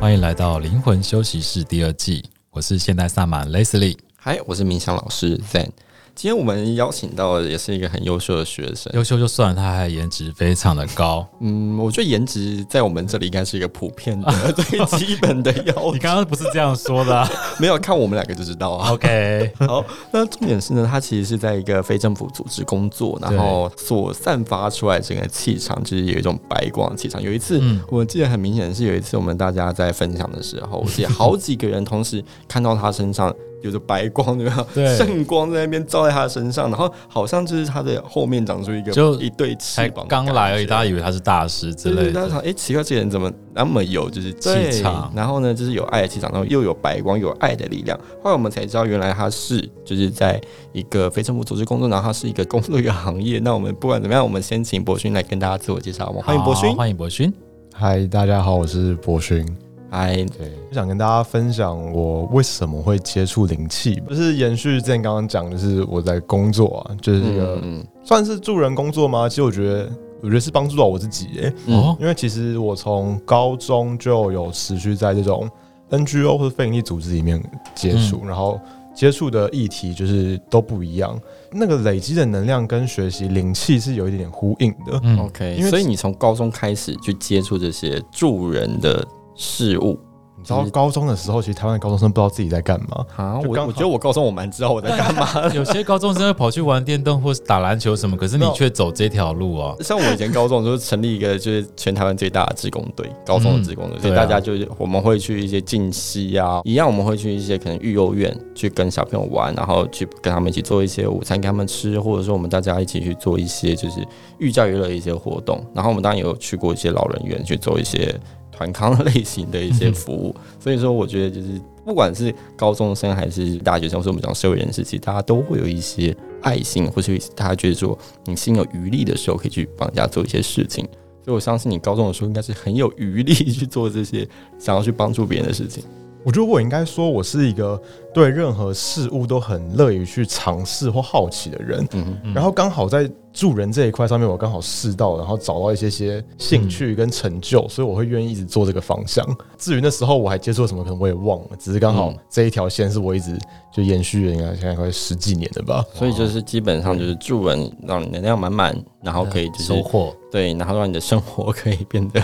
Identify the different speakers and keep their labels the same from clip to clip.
Speaker 1: 欢迎来到《灵魂休息室》第二季，我是现代萨满 Leslie。
Speaker 2: 嗨，我是冥想老师 Zen。今天我们邀请到的也是一个很优秀的学生。
Speaker 1: 优秀就算了，他还颜值非常的高。
Speaker 2: 嗯，我觉得颜值在我们这里应该是一个普遍的 最基本的要
Speaker 1: 你
Speaker 2: 求。
Speaker 1: 刚刚不是这样说的、啊、
Speaker 2: 没有看我们两个就知道 啊。
Speaker 1: ？OK，
Speaker 2: 好，那重点是呢，他其实是在一个非政府组织工作，然后所散发出来整个气场，就是有一种白光的气场。有一次，
Speaker 1: 嗯
Speaker 2: 我记得很明显是有一次我们大家在分享的时 候，我记得好几个人同时看到他身上有着白光，对吧？
Speaker 1: 对
Speaker 2: 圣光在那边照在他身上，然后好像就是他的后面长出一个
Speaker 1: 就
Speaker 2: 一对翅
Speaker 1: 才
Speaker 2: 膀的感觉，
Speaker 1: 刚来而已，大家以为他是大师之
Speaker 2: 对对
Speaker 1: 类
Speaker 2: 对，大家想，
Speaker 1: 的。
Speaker 2: 哎、奇怪，这个人怎么那么有就是对
Speaker 1: 气场
Speaker 2: 然后呢，就是有爱的气场，然后又有白光，有爱的力量。后来我们才知道，原来他是就是在一个非政府组织工作，然后他是一个工作一个行业。那我们不管怎么样，我们先请博勋来跟大家自我介绍好吗？欢迎博勋
Speaker 1: 好。欢迎博勋。
Speaker 3: 嗨，大家好，我是博勋。
Speaker 2: 嗨，
Speaker 3: 对，我想跟大家分享我为什么会接触灵气，就是延续之前刚刚讲，就是我在工作啊，就是一个、
Speaker 2: 嗯
Speaker 3: 算是助人工作吗？其实我觉得，我觉得是帮助到我自己耶、
Speaker 2: 嗯
Speaker 1: 哦，
Speaker 3: 因为其实我从高中就有持续在这种 NGO 或者非营利组织里面接触，然后接触的议题就是都不一样，那个累积的能量跟学习灵气是有一点点呼应的。
Speaker 1: 嗯
Speaker 2: OK，
Speaker 3: 因为
Speaker 2: 所以你从高中开始去接触这些助人的事物。
Speaker 3: 你知道高中的时候，其实台湾的高中生不知道自己在干嘛，
Speaker 2: 啊，
Speaker 3: 就
Speaker 2: 我
Speaker 3: 刚
Speaker 2: 我
Speaker 3: 好
Speaker 2: 觉得我高中我蛮知道我在干嘛。
Speaker 1: 有些高中生会跑去玩电动或是打篮球 什么，可是你
Speaker 3: 那
Speaker 1: 却走这条路哦。
Speaker 2: 像我以前高中就是成立一个就是全台湾最大的职工队，高中的职工队，所以
Speaker 1: 嗯对啊
Speaker 2: 大家就是我们会去一些静息啊，一样我们会去一些可能育幼院去跟小朋友玩，然后去跟他们一起做一些午餐给他们吃，或者说我们大家一起去做一些就是寓教于乐的一些活动。然后我们当然也有去过一些老人院去做一些团康类型的一些服务。所以说，我觉得就是不管是高中生还是大学生，或者我们讲社会人士，其实大家都会有一些爱心，或是大家觉得说你心有余力的时候，可以去帮人家做一些事情。所以我相信你高中的时候应该是很有余力去做这些想要去帮助别人的事情。
Speaker 3: 我觉得我应该说，我是一个对任何事物都很乐于去尝试或好奇的人。
Speaker 2: 嗯哼，
Speaker 1: 嗯
Speaker 3: 然后刚好在助人这一块上面，我刚好试到，然后找到一些些兴趣跟成就，
Speaker 2: 嗯
Speaker 3: 所以我会愿意一直做这个方向。至于那时候我还接触了什么，可能我也忘了，只是刚好
Speaker 2: 嗯
Speaker 3: 这一条线是我一直就延续了，应该现在快十几年了吧。
Speaker 2: 所以就是基本上就是助人，让你能量满满，然后可以就是
Speaker 1: 收获，
Speaker 2: 对，然后让你的生活可以变得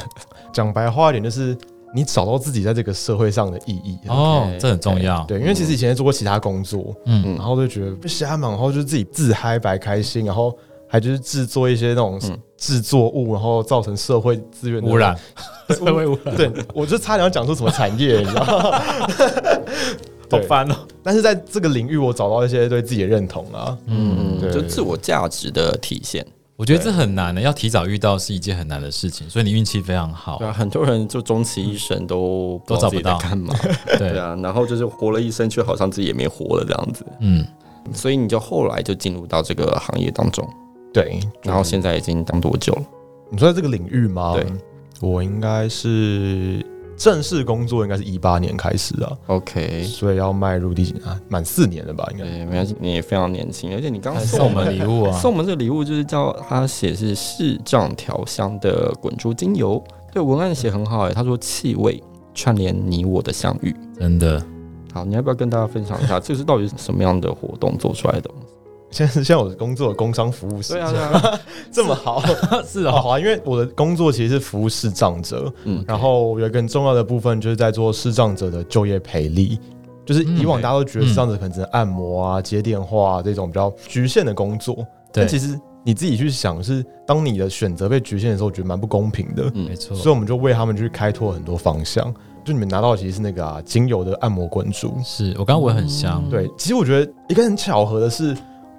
Speaker 3: 讲白话一点，就是你找到自己在这个社会上的意义。
Speaker 1: 哦，这很重要。
Speaker 3: 对，因为其实以前也做过其他工作，
Speaker 1: 嗯
Speaker 2: 嗯
Speaker 3: 然后就觉得不瞎忙，然后就自己自嗨白开心，然后还就是制作一些那种
Speaker 2: 嗯
Speaker 3: 制作物，然后造成社会资源的
Speaker 1: 污染。，社 会污染，
Speaker 3: 对，我就差点要讲出什么产业，你知 道吗？
Speaker 1: 好
Speaker 3: 对，
Speaker 1: 烦哦。
Speaker 3: 但是在这个领域，我找到一些对自己的认同啊。
Speaker 2: 嗯，
Speaker 3: 对
Speaker 2: 就自我价值的体现。
Speaker 1: 我觉得这很难的，要提早遇到是一件很难的事情，所以你运气非常好
Speaker 2: 对。啊，很多人就终其一生都
Speaker 1: 都找不
Speaker 2: 不知道
Speaker 1: 到
Speaker 2: 自己在干嘛。 对
Speaker 1: 对，
Speaker 2: 啊，然后就是活了一生，却好像自己也没活了这样子，
Speaker 1: 嗯，
Speaker 2: 所以你就后来就进入到这个行业当中，
Speaker 3: 对，
Speaker 2: 然后现在已经当多久了？
Speaker 3: 你说在这个领域吗？
Speaker 2: 对，
Speaker 3: 我应该是正式工作，应该是一八年开始啊，
Speaker 2: ？OK，
Speaker 3: 所以要迈入第几年啊？满四年了吧？应该。
Speaker 2: 对，没关系，你也非常年轻，而且你刚刚
Speaker 1: 送我们礼物啊，
Speaker 2: 送我们这个礼物就是叫他写是视障调香的滚珠精油，对文案写很好哎、他说气味串联你我的相遇。
Speaker 1: 真的。
Speaker 2: 好，你要不要跟大家分享一下，这是到底是什么样的活动做出来的？
Speaker 3: 现在是像我的工作的工商服务是
Speaker 2: 对啊，对啊，
Speaker 3: 这么好，
Speaker 1: 是
Speaker 3: 好
Speaker 1: 哦，
Speaker 3: 啊！因为我的工作其实是服务视障者，
Speaker 2: 嗯，
Speaker 3: 然后有一个很重要的部分就是在做视障者的就业培力，就是以往
Speaker 2: 嗯
Speaker 3: 大家都觉得视障者可能只能按摩啊、接电话、啊、这种比较局限的工作，
Speaker 1: 对
Speaker 3: 但，其实你自己去想，是当你的选择被局限的时候，我觉得蛮不公平的。
Speaker 2: 嗯
Speaker 1: 没错。
Speaker 3: 所以我们就为他们去开拓很多方向。就你们拿到的其实是那个啊精油的按摩滚珠，
Speaker 1: 是我刚刚闻很香，
Speaker 3: 对，其实我觉得一个很巧合的是，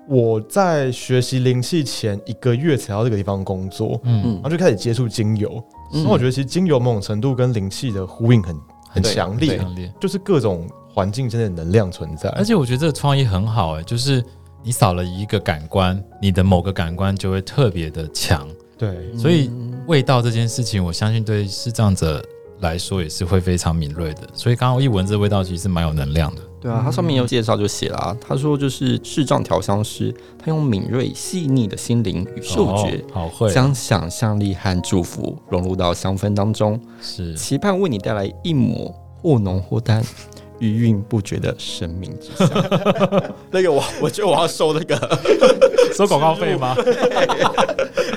Speaker 3: 我在学习灵气前一个月才到这个地方工作，
Speaker 1: 嗯，
Speaker 2: 嗯
Speaker 3: 然后就开始接触精油。那我觉得其实精油某种程度跟灵气的呼应很很
Speaker 2: 对
Speaker 3: 强烈
Speaker 2: 对，
Speaker 1: 强烈。
Speaker 3: 就是各种环境间的能量存在。
Speaker 1: 而且我觉得这个创意很好哎、就是你少了一个感官，你的某个感官就会特别的强。
Speaker 3: 对，
Speaker 2: 嗯
Speaker 1: 所以味道这件事情，我相信对视障者来说也是会非常敏锐的。所以刚刚我一闻这味道，其实是蛮有能量的。
Speaker 2: 对啊，他上面有介绍就写了啊，他说就是视障调香师，他用敏锐细腻的心灵与嗅觉，
Speaker 1: 哦好会，
Speaker 2: 将想象力和祝福融入到香氛当中，
Speaker 1: 是
Speaker 2: 期盼为你带来一抹或浓或淡、余韵不绝的生命之香。 那个我，我觉得我要收那个，
Speaker 1: 收广告费吗？
Speaker 3: 哎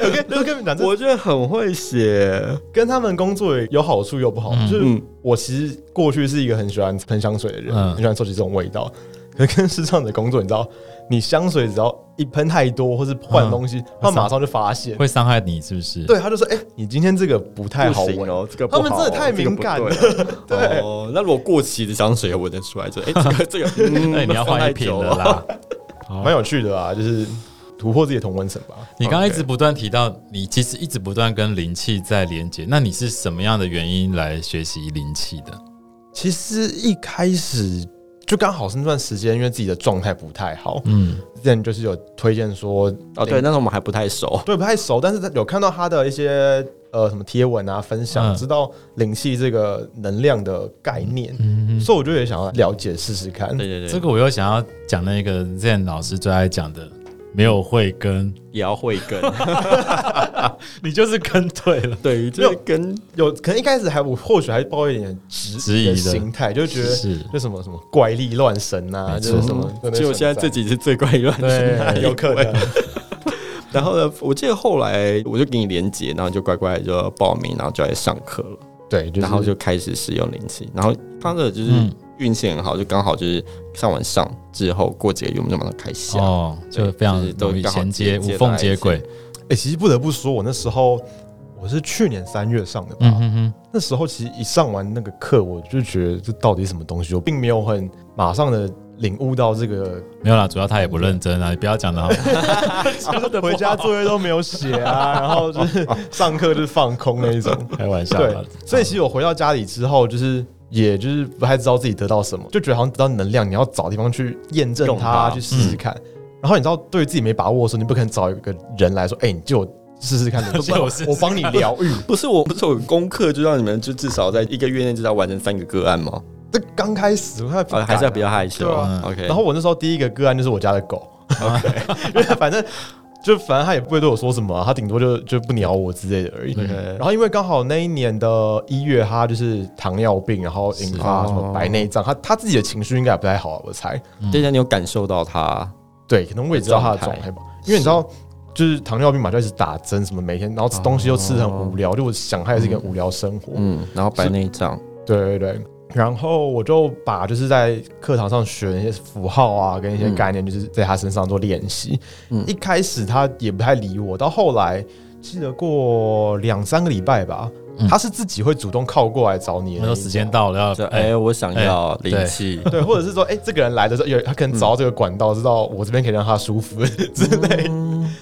Speaker 3: 我跟我跟你们讲，这
Speaker 2: 我觉得很会写。
Speaker 3: 跟他们工作有好处又不好。
Speaker 1: 嗯
Speaker 3: 就是
Speaker 2: 嗯
Speaker 3: 我其实过去是一个很喜欢喷香水的人，
Speaker 1: 嗯
Speaker 3: 很喜欢收集这种味道。可是跟视障者工作，你知道，你香水只要一喷太多，或是
Speaker 2: 嗯
Speaker 3: 换东西，他马上就发现。
Speaker 1: 会伤害你是不是？
Speaker 3: 对，他就说：“哎、你今天这个不太好
Speaker 2: 不行
Speaker 3: 闻。
Speaker 2: 哦，这个不
Speaker 3: 他们
Speaker 2: 好
Speaker 3: 真的太
Speaker 2: 这个
Speaker 3: 敏
Speaker 2: 不
Speaker 3: 感了
Speaker 2: 对啊
Speaker 3: 对
Speaker 2: 哦，那如果过期的香水也闻得出来，就哎、这个这个，嗯
Speaker 1: 那你要换一瓶了。啦。
Speaker 2: 哦
Speaker 3: 蛮有趣的啊，就是突破自己的同温层吧。
Speaker 1: 你刚刚一直不断提到，你其实一直不断跟灵气在连接，那你是什么样的原因来学习灵气的？
Speaker 3: 其实一开始就刚好是那段时间，因为自己的状态不太好，
Speaker 1: 嗯，
Speaker 3: 之前就是有推荐说，
Speaker 2: 哦，对，那时候我们还不太熟。
Speaker 3: 对不太熟，但是他有看到他的一些呃什么贴文啊分享，
Speaker 1: 嗯
Speaker 3: 知道灵气这个能量的概念，所以我就也想要了解试试看。
Speaker 2: 对对对，
Speaker 1: 这个我又想要讲那个 Zen 老师最爱讲的，没有慧根，
Speaker 2: 也要会 跟，
Speaker 1: 你就是跟对 了。
Speaker 2: 对，就是跟
Speaker 3: 有可能一开始还我或许还抱一点质
Speaker 1: 质疑的
Speaker 3: 心态，就觉得
Speaker 1: 是，
Speaker 3: 就什么什么怪力乱神啊，
Speaker 1: 没错
Speaker 3: 就是什么，
Speaker 2: 结果现在自
Speaker 3: 这
Speaker 2: 己是最怪乱的。
Speaker 3: 对有可能，
Speaker 2: 然后呢，我记得后来我就给你连接，然后就乖乖就报名，然后就来上课了，
Speaker 3: 对，就是
Speaker 2: 然后就开始使用灵气，然后他的就是
Speaker 1: 嗯
Speaker 2: 运气很好，就刚好就是上完上之后过几个月我们就马上开箱。
Speaker 1: 哦，就非常
Speaker 2: 就是都
Speaker 1: 容易
Speaker 2: 刚好
Speaker 1: 衔接，
Speaker 2: 接接
Speaker 1: 无缝
Speaker 2: 在一
Speaker 1: 接
Speaker 2: 起
Speaker 1: 轨。
Speaker 3: 哎、其实不得不说，我那时候我是去年三月上的吧。
Speaker 1: 嗯哼哼，
Speaker 3: 那时候其实一上完那个课，我就觉得这到底什么东西，我并没有很马上的领悟到这个，
Speaker 1: 没有啦，主要他也不认真啊，你不要讲 的好。
Speaker 3: 啊回家作业都没有写啊，然后就是上课就是放空那一种。
Speaker 1: 开玩笑
Speaker 3: 对
Speaker 1: 啦，，
Speaker 3: 所以其实我回到家里之后，就是也就是不太知道自己得到什么，就觉得好像得到能量，你要找地方去验证
Speaker 2: 用它
Speaker 3: 它，去试试看。然后你知道，对自己没把握的时候，你不可能找一个人来说，哎、你就试试看，你
Speaker 1: 借我试试看
Speaker 3: 我帮你疗愈。
Speaker 2: 不是我，不是我功课就让你们就至少在一个月内至少完成三个个案吗？
Speaker 3: 这刚开始我还不
Speaker 2: 啊，还是要比
Speaker 3: 较。
Speaker 2: 较害羞。
Speaker 3: 对
Speaker 1: 啊
Speaker 2: OK，
Speaker 3: 然后我那时候第一个个案就是我家的狗， 因为反正就反正它也不会对我说什么啊、它顶多就就不鸟我之类的而已。
Speaker 2: OK，
Speaker 3: 然后因为刚好那一年的一月，他就是糖尿病，然后引发什么白内障，他他自己的情绪应该也不太好，我猜。
Speaker 2: 对下你有感受到他
Speaker 3: 对，可能我也知道他的状态吧，因为你知道，就是糖尿病嘛，就一直打针什么，每天然后吃东西又吃得很无聊，就我想他也是一个无聊生活。
Speaker 2: 哦嗯，然后白内障，
Speaker 3: 对对对。然后我就把就是在课堂上学的一些符号啊，跟一些概念，就是在他身上做练习。
Speaker 2: 嗯
Speaker 3: 一开始他也不太理我，到后来记得过两三个礼拜吧，
Speaker 1: 嗯
Speaker 3: 他是自己会主动靠过来找你的
Speaker 1: 他
Speaker 3: 那一
Speaker 1: 说
Speaker 3: 种。
Speaker 1: 时间到了
Speaker 2: 就
Speaker 1: 要
Speaker 2: 哎、
Speaker 1: 哎，
Speaker 2: 我想要灵
Speaker 1: 对
Speaker 2: 气，
Speaker 3: 对，或者是说，哎、这个人来的时候，有他可能找到这个管
Speaker 1: 嗯
Speaker 3: 道，知道我这边可以让他舒服之类，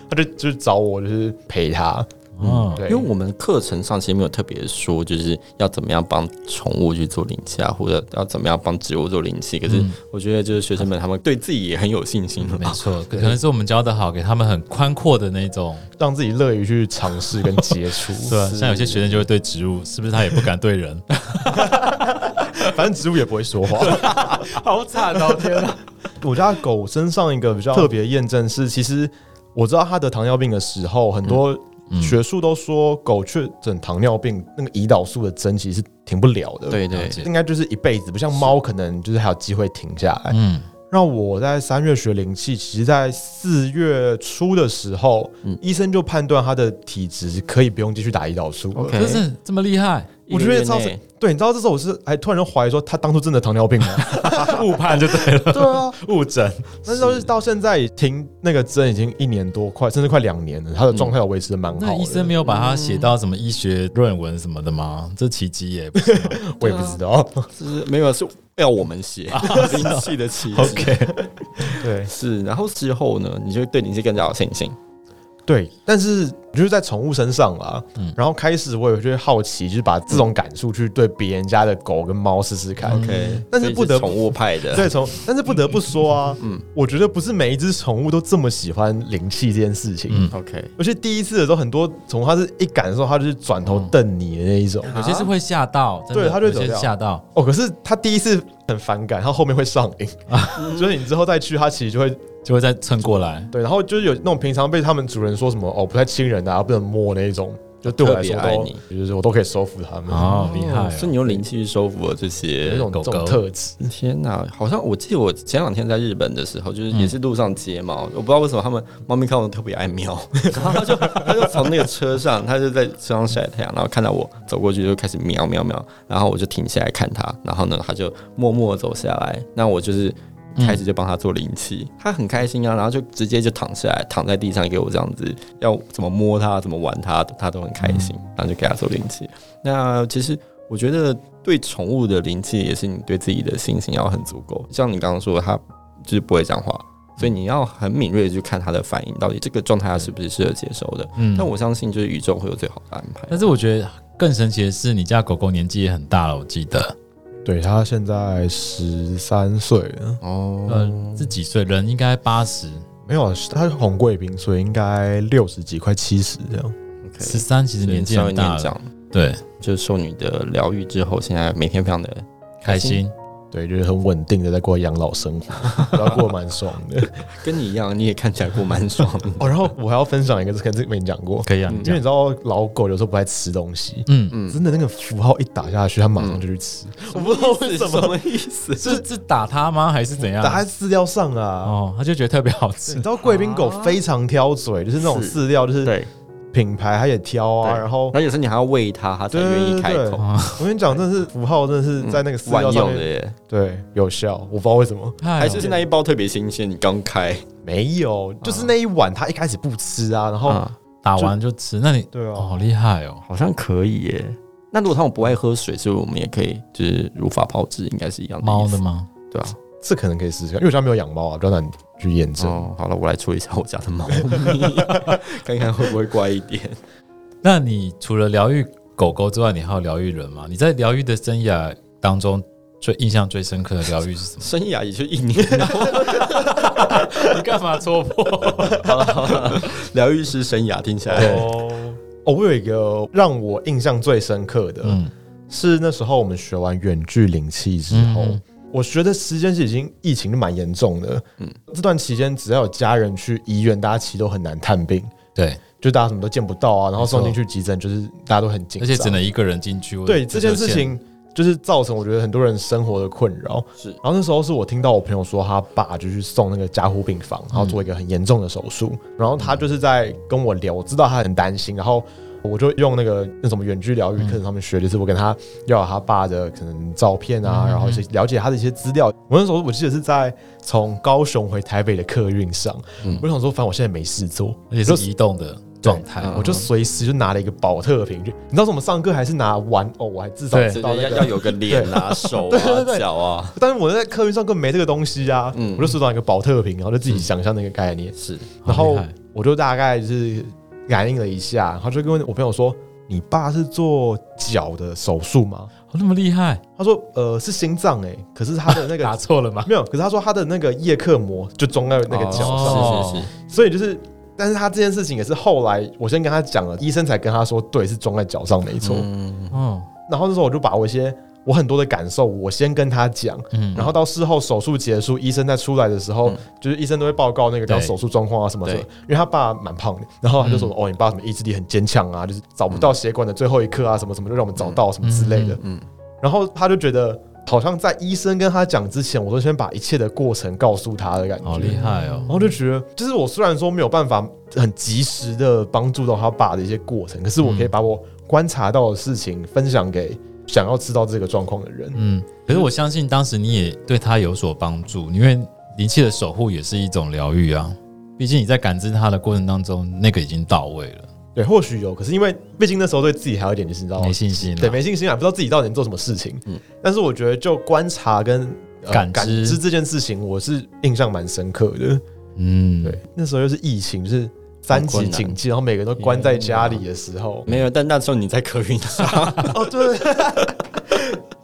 Speaker 3: 他就就是找我，就是陪他。
Speaker 1: 哦，
Speaker 2: 因
Speaker 3: 对，
Speaker 2: 为我们课程上其实没有特别说，就是要怎么样帮宠物去做灵气啊，或者要怎么样帮植物做灵气。可是我觉得，就是学生们他们对自己也很有信心
Speaker 1: 没
Speaker 2: 嘛。
Speaker 1: 错，可能是我们教的好，给他们很宽阔的那种。
Speaker 3: 让自己乐于去尝试跟 接触。
Speaker 1: 对啊，像有些学生就会对植物，是不是他也不敢 对人？
Speaker 3: 反正植物也不会说话。
Speaker 1: 好惨哦，天哪！
Speaker 3: 我家的狗身上一个比较特别的验证是，其实我知道它得糖尿病的时候，很
Speaker 1: 嗯
Speaker 3: 多学术都说狗确诊糖尿病那个胰岛素的针其实是停不了的。。
Speaker 2: 对对
Speaker 1: 了，解
Speaker 3: 应该就是一辈子，不像猫可能就是还有机会停下来。
Speaker 1: 嗯，
Speaker 3: 让我在三月学灵气，其实在四月初的时候，
Speaker 2: 嗯
Speaker 3: 医生就判断他的体质可以不用继续打胰岛素了。
Speaker 2: OK
Speaker 1: 真是这么厉害，
Speaker 3: 我觉得
Speaker 2: 一个
Speaker 3: 超
Speaker 2: 月
Speaker 3: 神
Speaker 2: 内
Speaker 3: 对，你知道这时候我是还突然就怀疑说，他当初真的糖尿病吗？
Speaker 1: 误判就对了，
Speaker 3: 对啊，
Speaker 1: 误诊。
Speaker 3: 那时候是到现在停那个针已经一年多，快甚至快两年了，他的状态有维持的蛮好
Speaker 1: 那
Speaker 3: 的。
Speaker 1: 医生没有把它写到什么医学论文什么的吗？这奇迹耶！不是 吗
Speaker 3: 我也不知道。
Speaker 2: 就是没有是要我们 写灵气的气
Speaker 1: OK，
Speaker 3: 对，
Speaker 2: 啊是，然后之后呢，你就对灵气更加有信心。
Speaker 3: 对，但是就是在宠物身上啦，
Speaker 1: 嗯
Speaker 3: 然后开始我也会好奇，就是把这种感触去对别人家的狗跟猫试试看。
Speaker 1: 嗯
Speaker 2: OK，
Speaker 3: 但是不得
Speaker 2: 嗯所
Speaker 3: 不
Speaker 2: 以宠物派的，
Speaker 3: 对，从但是不得不 说啊，
Speaker 2: 嗯
Speaker 3: 我觉得不是每一只宠物都这么喜欢灵气这件事情。
Speaker 1: 嗯，
Speaker 2: ，OK，
Speaker 3: 而且第一次的时候，很多宠物它是一感受，它就是转头瞪你的那一种。
Speaker 1: 有些是会吓到，真的
Speaker 3: 对它就
Speaker 1: 有
Speaker 3: 走
Speaker 1: 些
Speaker 3: 掉
Speaker 1: 吓到，
Speaker 3: 哦，可是它第一次很反感，它后面会上瘾，
Speaker 2: 嗯
Speaker 3: 所以你之后再去，它其实就会
Speaker 1: 就会再蹭过来。
Speaker 3: 对。然后就是有那种平常被他们主人说什么哦不太亲人的、啊，不能摸那一种，就对我来说
Speaker 2: 特别爱
Speaker 3: 都
Speaker 2: 你
Speaker 3: 就是我都可以收服它们。
Speaker 1: 哦，厉害哦！
Speaker 2: 所以你用灵气去收服了这些
Speaker 3: 有一种
Speaker 1: 狗
Speaker 3: 这
Speaker 1: 狗
Speaker 3: 种特质，
Speaker 2: 嗯天呐，好像我记得我前两天在日本的时候，就是也是路上睫毛，我不知道为什么他们猫咪看我特别爱 瞄，然后它就它就从那个车上，它就在车上晒太阳，然后看到我走过去就开始瞄瞄瞄，然后我就停下来看它，然后呢，它就默默地走下来，那我就是。
Speaker 1: 嗯
Speaker 2: 开始就帮它做灵气，它很开心啊，然后就直接就躺下来，躺在地上给我这样子，要怎么摸它，怎么玩它，它都很开心，
Speaker 1: 嗯
Speaker 2: 然后就给它做灵气。那其实我觉得对宠物的灵气也是你对自己的信心要很足够。像你刚刚说，它就是不会讲话，
Speaker 1: 嗯
Speaker 2: 所以你要很敏锐的去看它的反应，到底这个状态它是不是适合接受的。
Speaker 1: 嗯，
Speaker 2: 但我相信，就是宇宙会有最好的安排。
Speaker 1: 但是我觉得更神奇的是，你家狗狗年纪也很大了，我记得，
Speaker 3: 对它现在十三岁了，
Speaker 2: 哦，
Speaker 1: 呃，是几岁？人应该八十，
Speaker 3: 没有，它是红贵宾，所以应该六十几，快七十这样。
Speaker 2: OK，
Speaker 1: 十三，其实年纪
Speaker 2: 稍微
Speaker 1: 很大
Speaker 2: 年
Speaker 1: 了。
Speaker 2: 长，
Speaker 1: 对，
Speaker 2: 就是受你的疗愈之后，现在每天非 常的
Speaker 1: 开心。
Speaker 3: 对，就是很稳定的在过养老生活，然后 过得蛮爽的。
Speaker 2: 跟你一样，你也看起来过蛮爽的。
Speaker 3: 哦，然后我还要分享一个，这可能这个没讲过，
Speaker 1: 可以啊，你
Speaker 2: 嗯
Speaker 3: 因为
Speaker 1: 讲
Speaker 3: 你知道老狗有时候不爱吃东西，
Speaker 1: 嗯，
Speaker 2: 嗯，
Speaker 3: 真的那个符号一打下去，它马上就去吃，我不知道为什
Speaker 2: 什
Speaker 3: 么
Speaker 2: 么意思？
Speaker 1: 是是打它吗？还是怎样？
Speaker 3: 打在饲料上啊。
Speaker 1: 嗯哦，它就觉得特别好
Speaker 3: 你
Speaker 1: 吃
Speaker 3: 知。道贵宾狗非常挑嘴，就是那种
Speaker 2: 啊是
Speaker 3: 饲料，就是
Speaker 2: 对，
Speaker 3: 品牌它也挑啊。
Speaker 2: 对
Speaker 3: 然后
Speaker 2: 然后有时候你还要喂它，它才愿意开
Speaker 3: 对对
Speaker 2: 口。
Speaker 1: 哦
Speaker 3: 我跟你讲，真的是符号，真的是在那个饲
Speaker 2: 嗯万
Speaker 3: 料上
Speaker 2: 用的
Speaker 3: 面
Speaker 2: 耶，
Speaker 3: 对有效，我不知道为什么
Speaker 1: 还
Speaker 2: 还是那一包特别新鲜，你刚开，
Speaker 3: 没有，就是那一碗它一开始不吃啊，然后
Speaker 2: 啊。
Speaker 1: 打完就吃？那你
Speaker 3: 对
Speaker 1: 哦，
Speaker 3: 啊
Speaker 1: 好，厉害哦！
Speaker 2: 好像可以耶。那如果他们不爱喝水，是不是我们也可以就是如法炮制，应该是一样的
Speaker 1: 猫
Speaker 2: 意思
Speaker 1: 的吗？
Speaker 2: 对啊。
Speaker 3: 这可能可以试试看，因为我家没有养猫啊，比较难去验证。
Speaker 2: 哦，好了，我来处理一下我家的 猫咪，看看会不会乖一点。
Speaker 1: 那你除了疗愈狗狗之外，你还有疗愈人吗？你在疗愈的生涯当中，最印象最深刻的疗愈是什么？
Speaker 2: 生涯也就一年，
Speaker 1: 你 干嘛戳破？
Speaker 2: 好了好了，疗愈师生涯听起来
Speaker 3: 哦，哦，我有一个让我印象最深刻的，
Speaker 1: 嗯，
Speaker 3: 是那时候我们学完远距灵气之后，
Speaker 1: 嗯
Speaker 3: 我觉得时间是已经疫情蛮严重的。
Speaker 2: 嗯
Speaker 3: 这段期间只要有家人去医院，大家其实都很难探病，
Speaker 1: 对，
Speaker 3: 就大家什么都见不到啊，然后
Speaker 1: 没错
Speaker 3: 送进去急诊就是大家都很紧张，
Speaker 1: 而且只能一个人进去。我
Speaker 3: 对这件事，
Speaker 1: 有
Speaker 3: 情。就是造成我觉得很多人生活的困扰。
Speaker 2: 是
Speaker 3: 然后那时候是我听到我朋友说，他爸就去送那个加护病房，然后做一个很严重的手术。然后他就是在跟我聊，我知道他很担心，然后我就用那个那什么远距疗愈课上面学，就是我跟他要有他爸的可能照片啊，
Speaker 1: 嗯
Speaker 3: 然后一些了解他的一些资料。我那时候我记得是在从高雄回台北的客运上，
Speaker 2: 嗯
Speaker 3: 我想说，反正我现在没事做，
Speaker 1: 限而且是移动的状态。
Speaker 2: 对嗯
Speaker 3: 我就随时就拿了一个保特瓶，就你知道我们上课还是拿玩偶，我还至少
Speaker 1: 对
Speaker 3: 知
Speaker 2: 对
Speaker 3: 道
Speaker 2: 对
Speaker 3: 那
Speaker 2: 要
Speaker 3: 个
Speaker 2: 要有个脸啊、手
Speaker 3: 对对
Speaker 2: 啊、
Speaker 3: 对
Speaker 2: 脚啊，
Speaker 3: 但是我在客运上根本没这个东西啊，
Speaker 2: 嗯
Speaker 3: 我就收到一个保特瓶，然后就自己想象那个概念，
Speaker 2: 是
Speaker 1: 嗯好
Speaker 3: 然后
Speaker 1: 厉害
Speaker 3: 我就大概就是感应了一下，然后就跟我朋友说：“你爸是做脚的手术吗
Speaker 1: 哦那么厉害，？”
Speaker 3: 他说：“呃，是心脏诶、可是他的那
Speaker 1: 打
Speaker 3: 个
Speaker 1: 错了吗？
Speaker 3: 没有，可是他说他的那个叶克膜就装在那个脚上，
Speaker 1: 哦
Speaker 2: 是是是，
Speaker 3: 所以就是。”但是他这件事情也是后来我先跟他讲了，医生才跟他说，对，是装在脚上没错。
Speaker 2: 嗯
Speaker 1: 哦，
Speaker 3: 然后那时候我就把我一些我很多的感受，我先跟他讲，
Speaker 1: 嗯
Speaker 3: 然后到事后手术结束，医生在出来的时候，
Speaker 2: 嗯
Speaker 3: 就是医生都会报告那个叫
Speaker 1: 对嗯
Speaker 3: 手术状况啊什么的，
Speaker 2: 对
Speaker 3: 因为他爸蛮胖的，然后他就说、哦，你爸什么意志力很坚强啊，就是找不到血管的最后一刻啊，什么什么就让我们找到什么之类的，
Speaker 2: 嗯，
Speaker 3: 然后他就觉得。好像在医生跟他讲之前，我都先把一切的过程告诉他的感觉，
Speaker 1: 好厉害
Speaker 3: 然
Speaker 1: 哦！
Speaker 3: 后就觉得，就是我虽然说没有办法很及时的帮助到他爸的一些过程，可是我
Speaker 1: 嗯
Speaker 3: 可以把我观察到的事情分享给想要知道这个状况的人。
Speaker 1: 嗯，可是我相信当时你也对它有所帮助，因为灵气的守护也是一种疗愈啊。毕竟你在感知它的过程当中，那个已经到位了，
Speaker 3: 对，或许有，可是因为毕竟那时候对自己还有一点就是你知
Speaker 2: 哦
Speaker 3: 道，
Speaker 1: 没信心了。
Speaker 3: 对没信心啊，不知道自己到底能做什么事情。
Speaker 2: 嗯
Speaker 3: 但是我觉得就观察跟、呃
Speaker 1: 感知
Speaker 3: 感知这件事情，我是印象蛮深刻的。
Speaker 1: 嗯，
Speaker 3: 对，那时候又是疫情，就是三级
Speaker 2: 困难
Speaker 3: 警戒，然后每个人都关在家里的时候，
Speaker 2: 没有，但那时候你在客运上，
Speaker 3: 哦，对，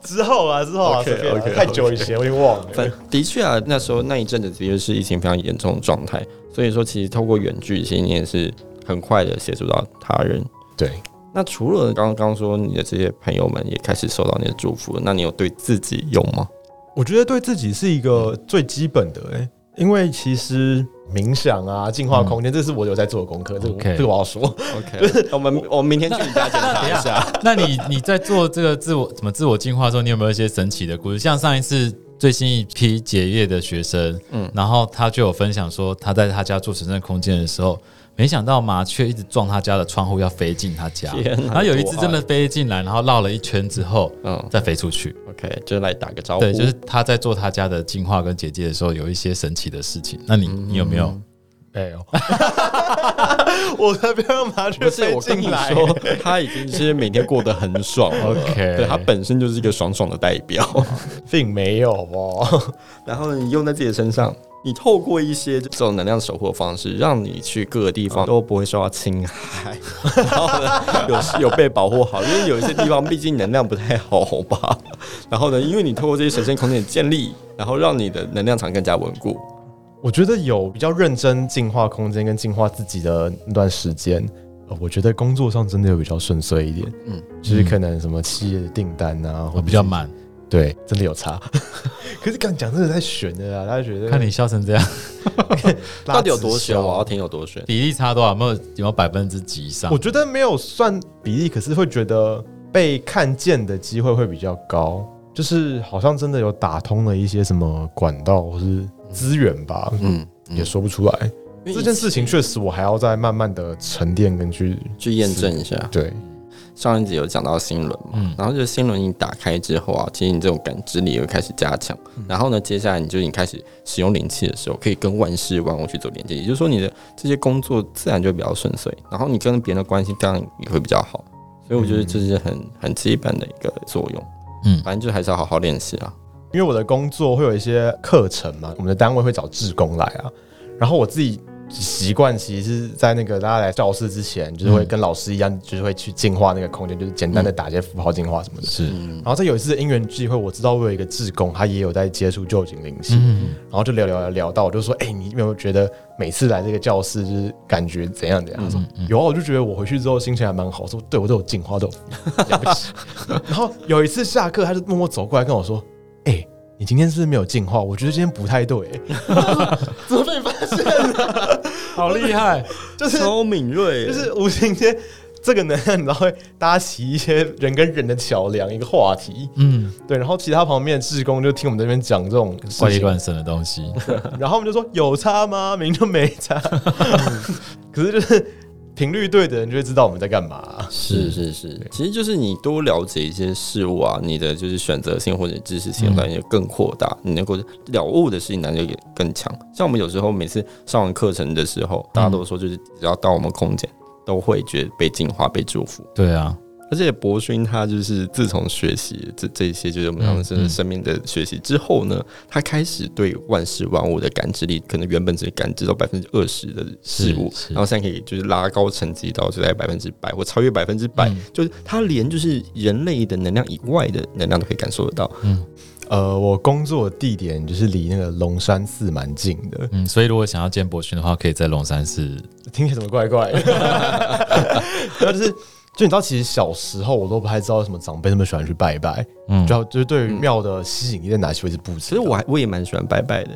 Speaker 3: 之后啦，之后啦
Speaker 2: OK，
Speaker 3: 随便啦
Speaker 2: OK，
Speaker 3: 太久以前我已经忘了。
Speaker 2: 反 的确啊，那时候那一阵子的确是疫情非常严重的状态，所以说其实透过远距，其实你也是很快的协助到他人。
Speaker 3: 对，
Speaker 2: 那除了刚刚说你的这些朋友们也开始收到你的祝福，那你有对自己有吗？
Speaker 3: 我觉得对自己是一个最基本的、欸，因为其实冥想啊、净化空间，这是我有在做的功课，这个我
Speaker 1: OK
Speaker 3: 这个我要说。
Speaker 2: OK，我啊们我们明天去你家检查 一下。
Speaker 1: 那你你在做这个自我怎么自我进化的时候，你有没有一些神奇的故事？像上一次最新一批结业的学生，嗯
Speaker 2: 嗯，
Speaker 1: 然后他就有分享说，他在他家做神圣空间的时候，没想到麻雀一直撞他家的窗户，要飞进他家，
Speaker 2: 天
Speaker 1: 然
Speaker 2: 哪
Speaker 1: 后有一只
Speaker 2: 多
Speaker 1: 真的
Speaker 2: 爱
Speaker 1: 飞进来，然后绕了一圈之后
Speaker 2: 嗯
Speaker 1: 再飞出去。
Speaker 2: ，OK，就来打个招呼。
Speaker 1: 对，就是他在做他家的进化跟结界的时候，有一些神奇的事情。那你你有没有？
Speaker 3: 没有， 我才不要让麻雀
Speaker 2: 不是
Speaker 3: 飞
Speaker 2: 我跟你
Speaker 3: 进 来。
Speaker 2: 说，他已经是每天过得很爽了
Speaker 1: OK
Speaker 2: 对他本身就是一个爽爽的代表。
Speaker 3: 并没有哦，
Speaker 2: 然后你用在自己的身上，你透过一些这种能量守护的方式，让你去各个地
Speaker 3: 哦
Speaker 2: 方都不会受到侵害， 然后呢有有被保护好，因 为有一些地方毕竟能量不太好吧。 然后呢，因为你透过这些神圣空间的建立，然后让你的能量场更加稳固。
Speaker 3: 我觉得有比较认真净化空间跟净化自己的那段时间，呃我觉得工作上真的有比较顺遂一点。嗯
Speaker 2: 嗯，哦
Speaker 3: 就是可能什么企业的订单啊，或
Speaker 1: 我
Speaker 3: 者
Speaker 1: 比较
Speaker 3: 是
Speaker 1: 慢，
Speaker 3: 对，真的有差。 可是刚讲真的太悬了啊啦，大家觉得
Speaker 1: 看你笑成这样，
Speaker 3: 拉
Speaker 2: 到底有多啊
Speaker 3: 直
Speaker 2: 悬？
Speaker 3: 销啊
Speaker 2: 我要听有多悬。
Speaker 1: 比例差多少？有没有有没有百分之几以上
Speaker 3: 我？觉得没有算比例，可是会觉得被看见的机会会比较高，就是好像真的有打通了一些什么管道或是资源吧，
Speaker 2: 嗯，
Speaker 3: 也说不出来。
Speaker 2: 因为
Speaker 3: 这件事情确实我还要再慢慢的沉淀跟去
Speaker 2: 去验证一下。
Speaker 3: 对，
Speaker 2: 上一集有讲到心轮嘛，
Speaker 1: 嗯
Speaker 2: 然后就是心轮你打开之后啊，其实你这种感知力又开始加强，然后呢，接下来你就你开始使用灵气的时候，可以跟万事万物去做连接，也就是说你的这些工作自然就比较顺遂，然后你跟别人的关系当然也会比较好，所以我觉得这是很、很基本的一个作用，
Speaker 1: 嗯
Speaker 2: 反正就还是要好好练习 啊。
Speaker 3: 因为我的工作会有一些课程嘛，我们的单位会找志工来啊，然后我自己。习惯其实是在那个大家来教室之前，就是会
Speaker 1: 嗯
Speaker 3: 跟老师一样，就是会去净化那个空间，就是简单的打一些符号净化什么的。
Speaker 1: 是，
Speaker 2: 嗯
Speaker 3: 然，后在有一次的因缘机会，我知道我有一个志工，他也有在接触旧景灵气，
Speaker 1: 嗯，
Speaker 3: 然后就聊聊聊聊到，我就说，哎、你有没有觉得每次来这个教室就是感觉怎样怎样？他说
Speaker 1: 嗯嗯
Speaker 3: 有啊，我就觉得我回去之后心情还蛮好，我说对我都有进化，都有了 不起。然后有一次下课，他就默默走过来跟我说，哎、你今天是不是没有进化？我觉得今天不太 对、怎么被发现了？
Speaker 1: 好厉害，
Speaker 3: 就是
Speaker 2: 超敏锐，
Speaker 3: 就是无形间，这个能量你知道会搭起一些人跟人的桥梁，一个话题。
Speaker 1: 嗯。
Speaker 3: 对，然后其他旁边的志工就听我们这边讲这种
Speaker 1: 怪
Speaker 3: 事
Speaker 1: 力
Speaker 3: 情，
Speaker 1: 乱神的东西，
Speaker 3: 然后我们就说有差吗？明明就没差， 可是就是频率对的人就会知道我们在干嘛。
Speaker 2: 是是是，其实就是你多了解一些事物啊，你的就是选择性或者知识性当然就更扩大，你能够了悟的事情能力也更强。像我们有时候每次上完课程的时候，大家都说就是只要到我们空间，都会觉得被净化、被祝福。
Speaker 1: 对啊，
Speaker 2: 而且博勋他就是自从学习这这一些就是我们
Speaker 1: 嗯
Speaker 2: 人生
Speaker 1: 嗯
Speaker 2: 生命的学习之后呢，他开始对万事万物的感知力，可能原本只感知到百分之二十的事物
Speaker 1: 是，是
Speaker 2: 然后现在可以就是拉高层级到就在百分之百或超越百分之百
Speaker 1: 嗯，
Speaker 2: 就是他连就是人类的能量以外的能量都可以感受得到。
Speaker 3: 呃，我工作的地点就是离那个龙山寺蛮近的，
Speaker 1: 嗯，所以如果想要见博勋的话，可以在龙山寺。
Speaker 3: 听起来怎么怪怪的？ 然后就是，就你知道，其实小时候我都不太知道为什么长辈那么喜欢去拜拜，
Speaker 1: 嗯，
Speaker 3: 就就是对于庙的吸引力在哪些位置不知
Speaker 2: 其实我还我也蛮喜欢拜拜的，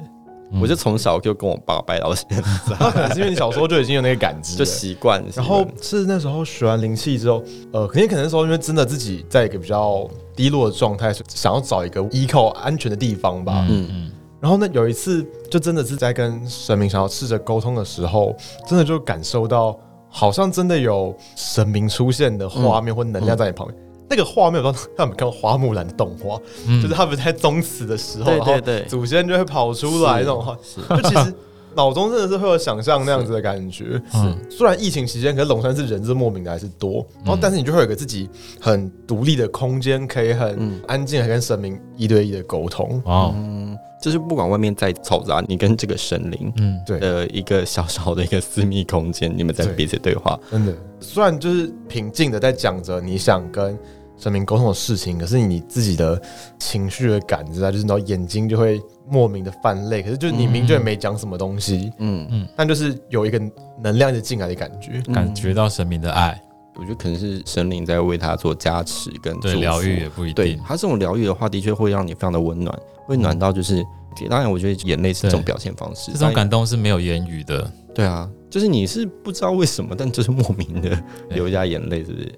Speaker 1: 嗯
Speaker 2: 我就从小就跟我爸拜到 现在，
Speaker 3: 道，可能是因为你小时候就已经有那个感知了，
Speaker 2: 就习惯。
Speaker 3: 然后
Speaker 2: 习惯
Speaker 3: 是那时候学完灵气之后，呃，肯定可能那时候因为真的自己在一个比较低落的状态，想要找一个依靠安全的地方吧。
Speaker 1: 嗯
Speaker 2: 嗯
Speaker 1: 嗯，
Speaker 3: 然后呢，有一次就真的是在跟神明想要试着沟通的时候，真的就感受到好像真的有神明出现的画面或能量在你旁边。那个画面，我不知道他们看过花木兰的动画，
Speaker 1: 嗯
Speaker 3: 就是他们在宗祠的时候，
Speaker 2: 对对
Speaker 3: 然
Speaker 2: 对
Speaker 3: 后祖先就会跑出 来那种画，就其实脑中真的是会有想象那样子的感觉。
Speaker 1: 嗯
Speaker 3: 虽然疫情期间，可是龙山寺人是莫名的还是多，然后但是你就会有一个自己嗯很独立的空间，可以很安静的跟神明一对一的沟通。
Speaker 1: 哇哦，
Speaker 2: 嗯，就是不管外面再嘈杂，你跟这个神灵
Speaker 1: 嗯，
Speaker 3: 对，
Speaker 2: 的一个小小的一个私密空间，你们在
Speaker 3: 对
Speaker 2: 彼此对话，
Speaker 3: 真的，虽然就是平静的在讲着你想跟神明沟通的事情，可是你自己的情绪的感知啊，就是你知道眼睛就会莫名的泛泪，可是就是你
Speaker 2: 嗯
Speaker 3: 明明就也没讲什么东西，
Speaker 2: 嗯，
Speaker 3: 但就是有一个能量的进来的感觉。
Speaker 1: 感觉到神明的爱，
Speaker 2: 我觉得可能是神灵在为他做加持跟祝
Speaker 1: 对
Speaker 2: 福
Speaker 1: 疗愈也不一
Speaker 2: 对
Speaker 1: 定，
Speaker 2: 它这种疗愈的话，的确会让你非常的温暖，会暖到就是，当然我觉得眼泪是这种表现方式，
Speaker 1: 这种感动是没有言语的。
Speaker 2: 对啊，就是你是不知道为什么，但就是莫名的流下眼泪，是不是？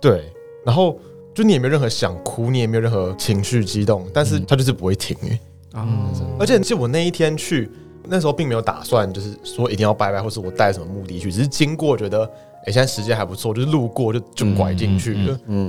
Speaker 3: 对，然后就你也没有任何想哭，你也没有任何情绪激动，但是
Speaker 1: 嗯
Speaker 3: 它就是不会停、欸
Speaker 2: 啊
Speaker 1: 嗯
Speaker 3: 而且其实我那一天去，那时候并没有打算就是说一定要拜拜，或是我带什么目的去，只是经过觉得，哎、现在时间还不错，就是路过就就拐进
Speaker 1: 嗯
Speaker 3: 去
Speaker 1: 嗯嗯
Speaker 3: 了。
Speaker 2: 嗯，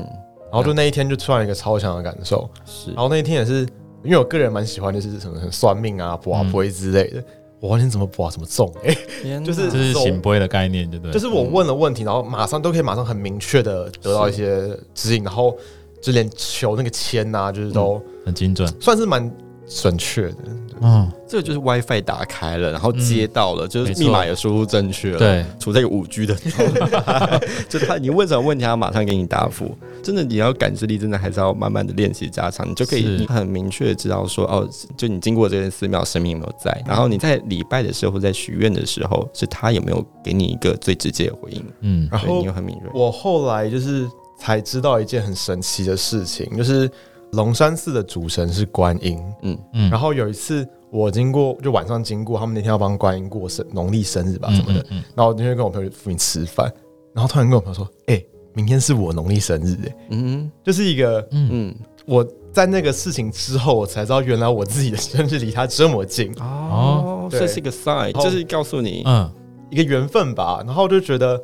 Speaker 3: 然后就那一天就突然有一个超强的感受，
Speaker 2: 是
Speaker 3: 然，后那一天也是因为我个人蛮喜欢就是什么算命啊、卜
Speaker 1: 嗯
Speaker 3: 卦之类的，我完全怎么卜怎么中哎、欸
Speaker 2: 天哪
Speaker 3: 就是
Speaker 1: 这是醒杯的概念，对不对？
Speaker 3: 就是我问了问题，然后马上都可以马上很明确的得到一些指引，然后就连求那个签啊，就是都
Speaker 1: 很精准。
Speaker 3: 算是蛮准确的，
Speaker 1: 嗯，
Speaker 2: 这个就是 WiFi 打开了，然后接到了，就是
Speaker 1: 没错
Speaker 2: 密码也输入正确了，，
Speaker 1: 对，
Speaker 2: 处在一个五 G 的状态，就他你问什么问题，他马上给你答复。真的，你要感知力，真的还是要慢慢的练习加强，你就可以
Speaker 1: 是
Speaker 2: 很明确的知道说，哦，就你经过这间寺庙，神明有没有在？然后你在礼拜的时候，在许愿的时候，是他有没有给你一个最直接的回应？
Speaker 1: 嗯，
Speaker 3: 然
Speaker 2: 对
Speaker 3: 后
Speaker 2: 你有很敏锐。
Speaker 3: 我后来就是才知道一件很神奇的事情，就是龙山寺的主神是观音。
Speaker 2: 嗯
Speaker 1: 嗯
Speaker 3: 然后有一次我经过，就晚上经过，他们那天要帮观音过生农历生日吧
Speaker 1: 嗯
Speaker 3: 啊什么的，
Speaker 1: 嗯嗯
Speaker 3: 然后我那天跟我朋友附近吃饭，然后突然跟我朋友说：“哎、明天是我农历生日、哎，
Speaker 2: 嗯
Speaker 3: 就是一个
Speaker 2: 嗯
Speaker 3: 我在那个事情之后，我才知道原来我自己的生日离他这么近，
Speaker 2: 哦，
Speaker 3: 对
Speaker 2: 这是一个 sign，
Speaker 3: 后
Speaker 2: 就是告诉你，
Speaker 1: 嗯，
Speaker 3: 一个缘分吧。然后就觉得，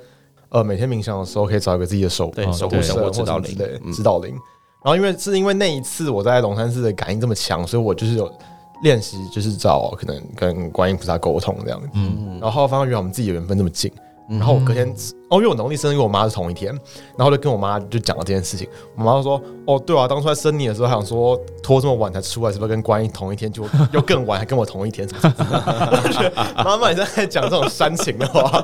Speaker 3: 呃，每天冥想的时候可以找一个自己的手
Speaker 2: 对
Speaker 1: 哦，
Speaker 2: 守护
Speaker 1: 对
Speaker 2: 神
Speaker 3: 神
Speaker 2: 或
Speaker 3: 或
Speaker 2: 指导
Speaker 3: 什么
Speaker 2: 灵
Speaker 3: 之类的，
Speaker 2: 嗯
Speaker 3: 指导灵。然后因为是因为那一次我在龙山寺的感应这么强，所以我就是有练习，就是找可能跟观音菩萨沟通这样子。
Speaker 2: 嗯，
Speaker 3: 然后发现原来我们自己的缘分这么近，
Speaker 2: 嗯
Speaker 3: 然后我隔天哦，因为我农历生日跟我妈是同一天，然后就跟我妈就讲了这件事情，我妈就说哦，对啊，当初在生你的时候还想说拖这么晚才出来，是不是跟观音同一天，就又更晚还跟我同一天， 什么什么什么我就觉得妈妈你在讲这种煽情的话，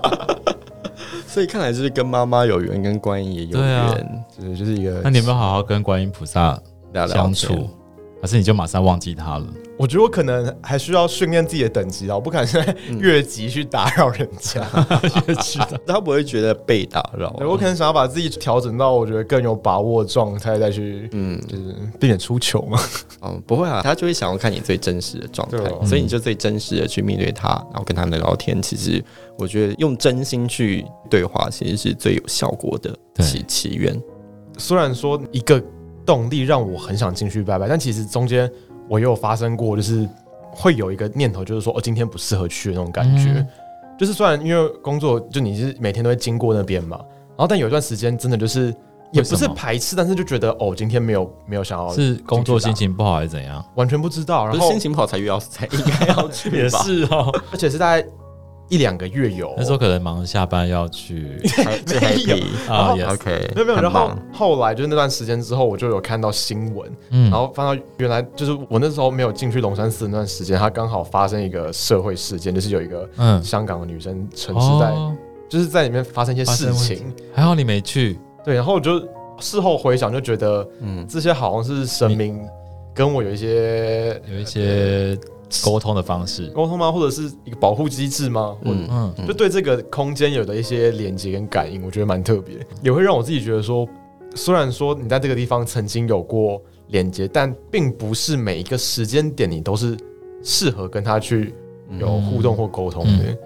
Speaker 2: 所以看来就是跟妈妈有缘，跟观音也有
Speaker 1: 对啊
Speaker 2: 缘，
Speaker 3: 就是就是一个
Speaker 1: 那你有没有好好跟观音菩萨
Speaker 2: 聊聊
Speaker 1: 相
Speaker 2: 天
Speaker 1: 处，还是你就马上忘记他 了？
Speaker 3: 我觉得我可能还需要训练自己的等级啊，我不敢现在 越级去打扰人家，
Speaker 2: 他不会觉得被打扰。
Speaker 3: 对我可能想要把自己调整到我觉得更有把握的状态再去，
Speaker 2: 嗯
Speaker 3: 就是避免出糗嘛，
Speaker 2: 嗯，不会啊，他就会想要看你最真实的状态
Speaker 3: 对，哦
Speaker 2: 所以你就最真实的去面对他，然后跟他们聊天。其实我觉得用真心去对话，其实是最有效果的
Speaker 1: 对
Speaker 2: 起起源。
Speaker 3: 虽然说一个动力让我很想进去拜拜，但其实中间我也有发生过，就是会有一个念头，就是说哦，今天不适合去的那种感觉。
Speaker 1: 嗯
Speaker 3: 就是虽然因为工作，就你是每天都会经过那边嘛，然后但有一段时间真的就是也不
Speaker 1: 为什
Speaker 3: 是
Speaker 1: 么
Speaker 3: 排斥，但是就觉得哦，今天没有没有想要，
Speaker 1: 是工作心情不好还是怎样？
Speaker 3: 完全不知道。然
Speaker 2: 不是
Speaker 3: 后
Speaker 2: 心情不好才约要 才应该要去吧？
Speaker 1: 哦，
Speaker 3: 而且是大概一两个月 有，
Speaker 1: 那时候可能忙下班要 去
Speaker 2: 最
Speaker 3: 没有
Speaker 2: happy
Speaker 1: 啊，也
Speaker 2: OK，
Speaker 3: 没有没有。
Speaker 2: 很
Speaker 3: 然后
Speaker 2: 忙
Speaker 3: 后来就是那段时间之后，我就有看到新闻，
Speaker 1: 嗯
Speaker 3: 然后翻到原来就是我那时候没有进去龙山寺的那段时间，它刚好发生一个社会事件，就是有一个
Speaker 1: 嗯，
Speaker 3: 香港的女生沉尸在，
Speaker 1: 哦，
Speaker 3: 就是在里面发生一些事情。
Speaker 1: 还好你没去，
Speaker 3: 对，然后我就事后回想，就觉得
Speaker 2: 嗯，
Speaker 3: 这些好像是神明跟我有一些
Speaker 1: 有一些沟通的方式，
Speaker 3: 沟通吗，或者是一个保护机制吗？嗯
Speaker 2: 嗯，
Speaker 1: 嗯，
Speaker 2: 嗯
Speaker 3: 就对这个空间有的一些连接跟感应，我觉得蛮特别，也会让我自己觉得说，虽然说你在这个地方曾经有过连接，但并不是每一个时间点你都是适合跟他去有互动或沟通的。
Speaker 2: 嗯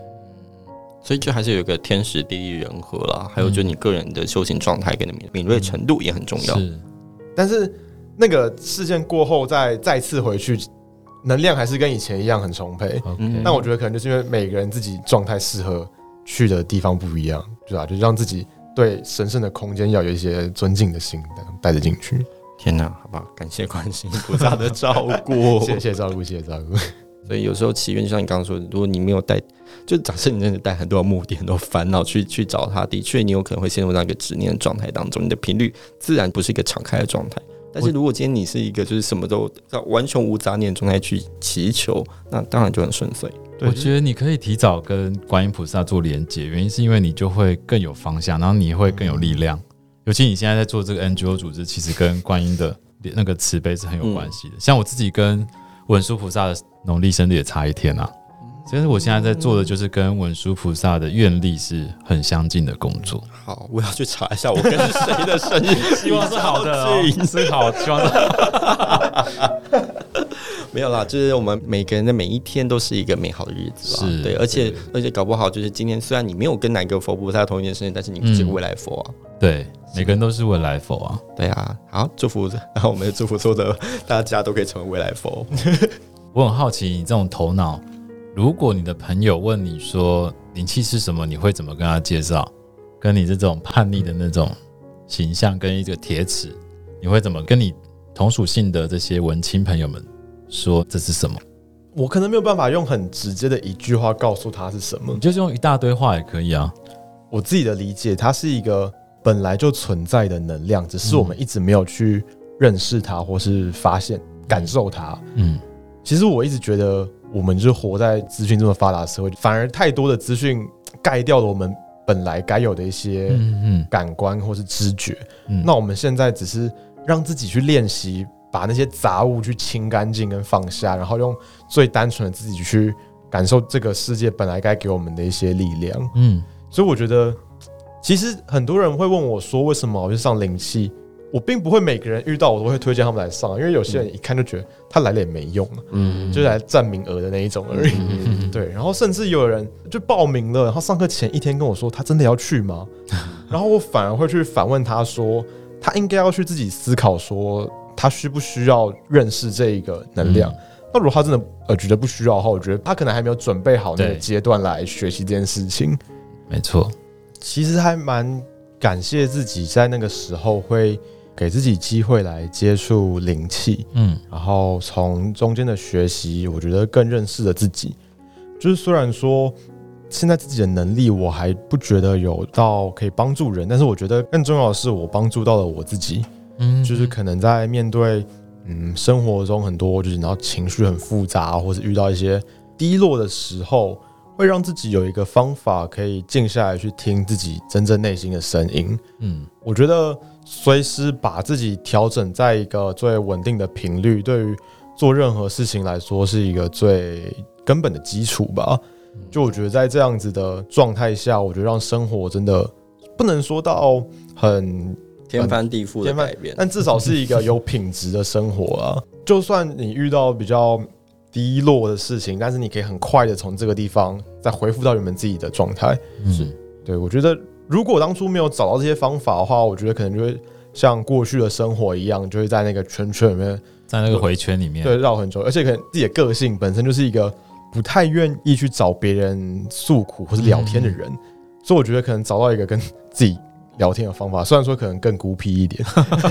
Speaker 2: 所以就还是有一个天时地利人和啦，还有就你个人的修行状态跟你敏敏锐程度也很重要。
Speaker 1: 是，
Speaker 3: 但是那个事件过后再再次回去，能量还是跟以前一样很充沛。
Speaker 2: 嗯
Speaker 1: OK，
Speaker 3: 但我觉得可能就是因为每个人自己状态适合去的地方不一样，对吧、就让自己对神圣的空间要有一些尊敬的心，带着进去。
Speaker 2: 天哪，好吧，感谢观世音菩萨的照顾，
Speaker 3: 谢谢照顾，谢谢照顾。
Speaker 2: 所以有时候祈愿，就像你刚刚说，的，如果你没有带，就假设你真的带很多的目的、很多烦恼去去找他，的确你有可能会陷入那个执念的状态当中，你的频率自然不是一个敞开的状态。但是如果今天你是一个就是什么都完全无杂念的状态去祈求，那当然就很顺遂。
Speaker 3: 对
Speaker 1: 我觉得你可以提早跟观音菩萨做连接，原因是因为你就会更有方向，然后你会更有力量。尤其你现在在做这个 NGO 组织，其实跟观音的那个慈悲是很有关系的。像我自己跟文殊菩萨的农历生日也差一天啊，所以我现在在做的就是跟文殊菩萨的愿力是很相近的工作。
Speaker 2: 好，我要去查一下我跟谁的生日，
Speaker 1: 希望是好的、哦，是好，希望是
Speaker 2: 没有啦，就是我们每个人的每一天都是一个美好的日子啦。
Speaker 1: 是
Speaker 2: 对，而且
Speaker 1: 对
Speaker 2: 而且搞不好就是今天虽然你没有跟哪个佛菩萨同一天生日，但是你是个未来佛啊。
Speaker 1: 对，每个人都是未来佛啊。
Speaker 2: 对啊，好，祝福， 然后我们也祝福所有的大家都可以成为未来佛。
Speaker 1: 我很好奇，你这种头脑，如果你的朋友问你说灵气是什么，你会怎么跟他介绍？跟你这种叛逆的那种形象，跟一个铁齿，你会怎么跟你同属性的这些文青朋友们说这是什么？
Speaker 3: 我可能没有办法用很直接的一句话告诉他是什么
Speaker 1: 你。就是用一大堆话也可以啊。
Speaker 3: 我自己的理解，它是一个本来就存在的能量，只是我们一直没有去认识它，或是发现、感受它。
Speaker 1: 嗯，
Speaker 3: 其实我一直觉得，我们就是活在资讯这么发达的社会，反而太多的资讯盖掉了我们本来该有的一些
Speaker 1: 嗯
Speaker 3: 感官或是知觉。
Speaker 1: 嗯
Speaker 3: 那我们现在只是让自己去练习，把那些杂物去清干净跟放下，然后用最单纯的自己去感受这个世界本来该给我们的一些力量。
Speaker 1: 嗯
Speaker 3: 所以我觉得，其实很多人会问我说，为什么我去上灵气？我并不会每个人遇到我都会推荐他们来上，因为有些人一看就觉得他来了也没用啊，
Speaker 2: 嗯
Speaker 3: 就是来占名额的那一种而已。对，然后甚至有人就报名了，然后上课前一天跟我说他真的要去吗？ 然后我反而会去反问他说，他应该要去自己思考说他需不需要认识这一个能量。那如果他真的呃觉得不需要的话，我觉得他可能还没有准备好那个
Speaker 1: 对
Speaker 3: 阶段来学习这件事情。
Speaker 1: 没错，
Speaker 3: 其实还蛮感谢自己在那个时候会给自己机会来接触灵气，
Speaker 1: 嗯
Speaker 3: 然后从中间的学习，我觉得更认识了自己。就是虽然说现在自己的能力我还不觉得有到可以帮助人，但是我觉得更重要的是我帮助到了我自己。
Speaker 1: 嗯
Speaker 3: 就是可能在面对嗯生活中很多就是然后情绪很复杂，或者遇到一些低落的时候，会让自己有一个方法可以静下来去听自己真正内心的声音。
Speaker 1: 嗯
Speaker 3: 我觉得随时把自己调整在一个最稳定的频率，对于做任何事情来说是一个最根本的基础吧。就我觉得在这样子的状态下，我觉得让生活真的不能说到很
Speaker 2: 天翻地覆的
Speaker 3: 天翻
Speaker 2: 改变。
Speaker 3: 但至少是一个有品质的生活啊。 就算你遇到比较低落的事情，但是你可以很快的从这个地方再恢复到原本自己的状态。
Speaker 1: 嗯
Speaker 3: 对我觉得，如果当初没有找到这些方法的话，我觉得可能就会像过去的生活一样，就会在那个圈圈里面
Speaker 1: 在那个回圈里面，
Speaker 3: 对绕很久，而且可能自己的个性本身就是一个不太愿意去找别人诉苦或是聊天的人，
Speaker 2: 嗯
Speaker 3: 所以我觉得可能找到一个跟自己聊天的方法，虽然说可能更孤僻一点，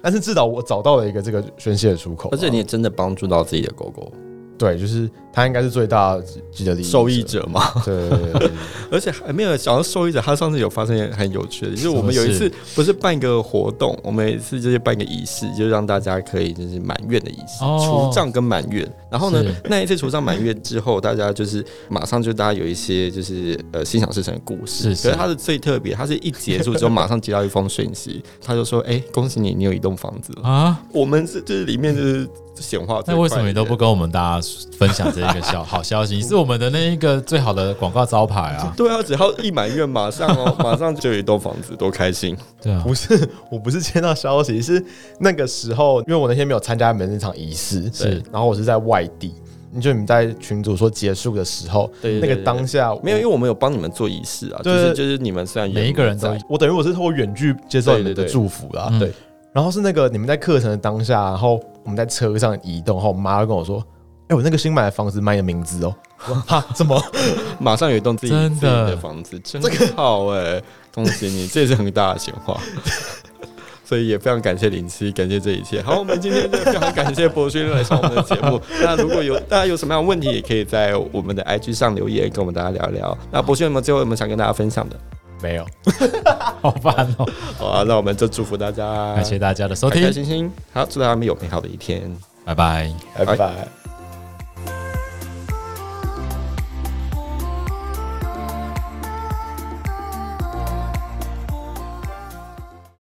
Speaker 3: 但是至少我找到了一个这个宣泄的出口吧。啊
Speaker 2: 而且你也真的帮助到自己的狗狗
Speaker 3: 对，就是他应该是最大的既得利益
Speaker 2: 受益，者嘛，
Speaker 3: 对对对对对
Speaker 2: 而且还没有想到受益者，他上次有发生一个很有趣的，就是我们有一
Speaker 1: 什么
Speaker 2: 次不是办一个活动，我们有一次就是办一个仪式，就让大家可以就是满月的仪式，
Speaker 1: 哦
Speaker 2: 除障跟满月。然后呢
Speaker 1: 是，
Speaker 2: 那一次除障满月之后，大家就是马上就大家有一些就是呃心想事成的故事。
Speaker 1: 是是
Speaker 2: 可是他的最特别，他是一结束之后马上接到一封讯息，他就说：“哎、恭喜你，你有一栋房子了。
Speaker 1: 啊，”
Speaker 2: 我们是就是里面就是显化最快的人。
Speaker 1: 那为什么你都不跟我们大家分享这一个消好消 息？你是我们的那一个最好的广告招牌啊！
Speaker 2: 对啊，只要一满月，马上哦，马上就有一栋房子，多开心！
Speaker 1: 对啊，
Speaker 3: 不是，我不是接到消息，是那个时候，因为我那天没有参加你们那场仪式，
Speaker 1: 是，
Speaker 3: 然后我是在外地，就你们在群组说结束的时候，
Speaker 2: 对对
Speaker 3: 那
Speaker 2: 对
Speaker 3: 个
Speaker 2: 对
Speaker 3: 当下
Speaker 2: 没有，因为我们有帮你们做仪式啊，就
Speaker 3: 对
Speaker 2: 是就是你们虽然
Speaker 1: 哦每一个人都
Speaker 2: 在
Speaker 3: 我等于我是透过远距接受你
Speaker 2: 对
Speaker 3: 们的
Speaker 2: 对对
Speaker 3: 祝福啦，
Speaker 1: 嗯
Speaker 3: 啊对。然后是那个你们在课程的当下，然后我们在车上移动，然后我妈就跟我说：“哎、我那个新买的房子卖你的名字哦。”我说哈，怎么？
Speaker 2: 马上有一栋自己
Speaker 1: 真的
Speaker 2: 自己的房子，真的好哎、恭喜你，这也是很大的显 化。所以也非常感谢林七，感谢这一切。好，我们今天就非常感谢博勋来上我们的节 目。那如果有大家有什么样的问题，也可以在我们的 IG 上留言，跟我们大家聊聊。那博勋有没有最后有没有想跟大家分享的？
Speaker 3: 没有。
Speaker 1: 好烦 哦！
Speaker 2: 好啊，那我们就祝福大家，
Speaker 3: 哎
Speaker 1: 感谢大家的收
Speaker 2: 开
Speaker 1: 听
Speaker 2: 开，心心。好，祝大家有美好的一天，
Speaker 1: 拜拜。
Speaker 3: 拜拜。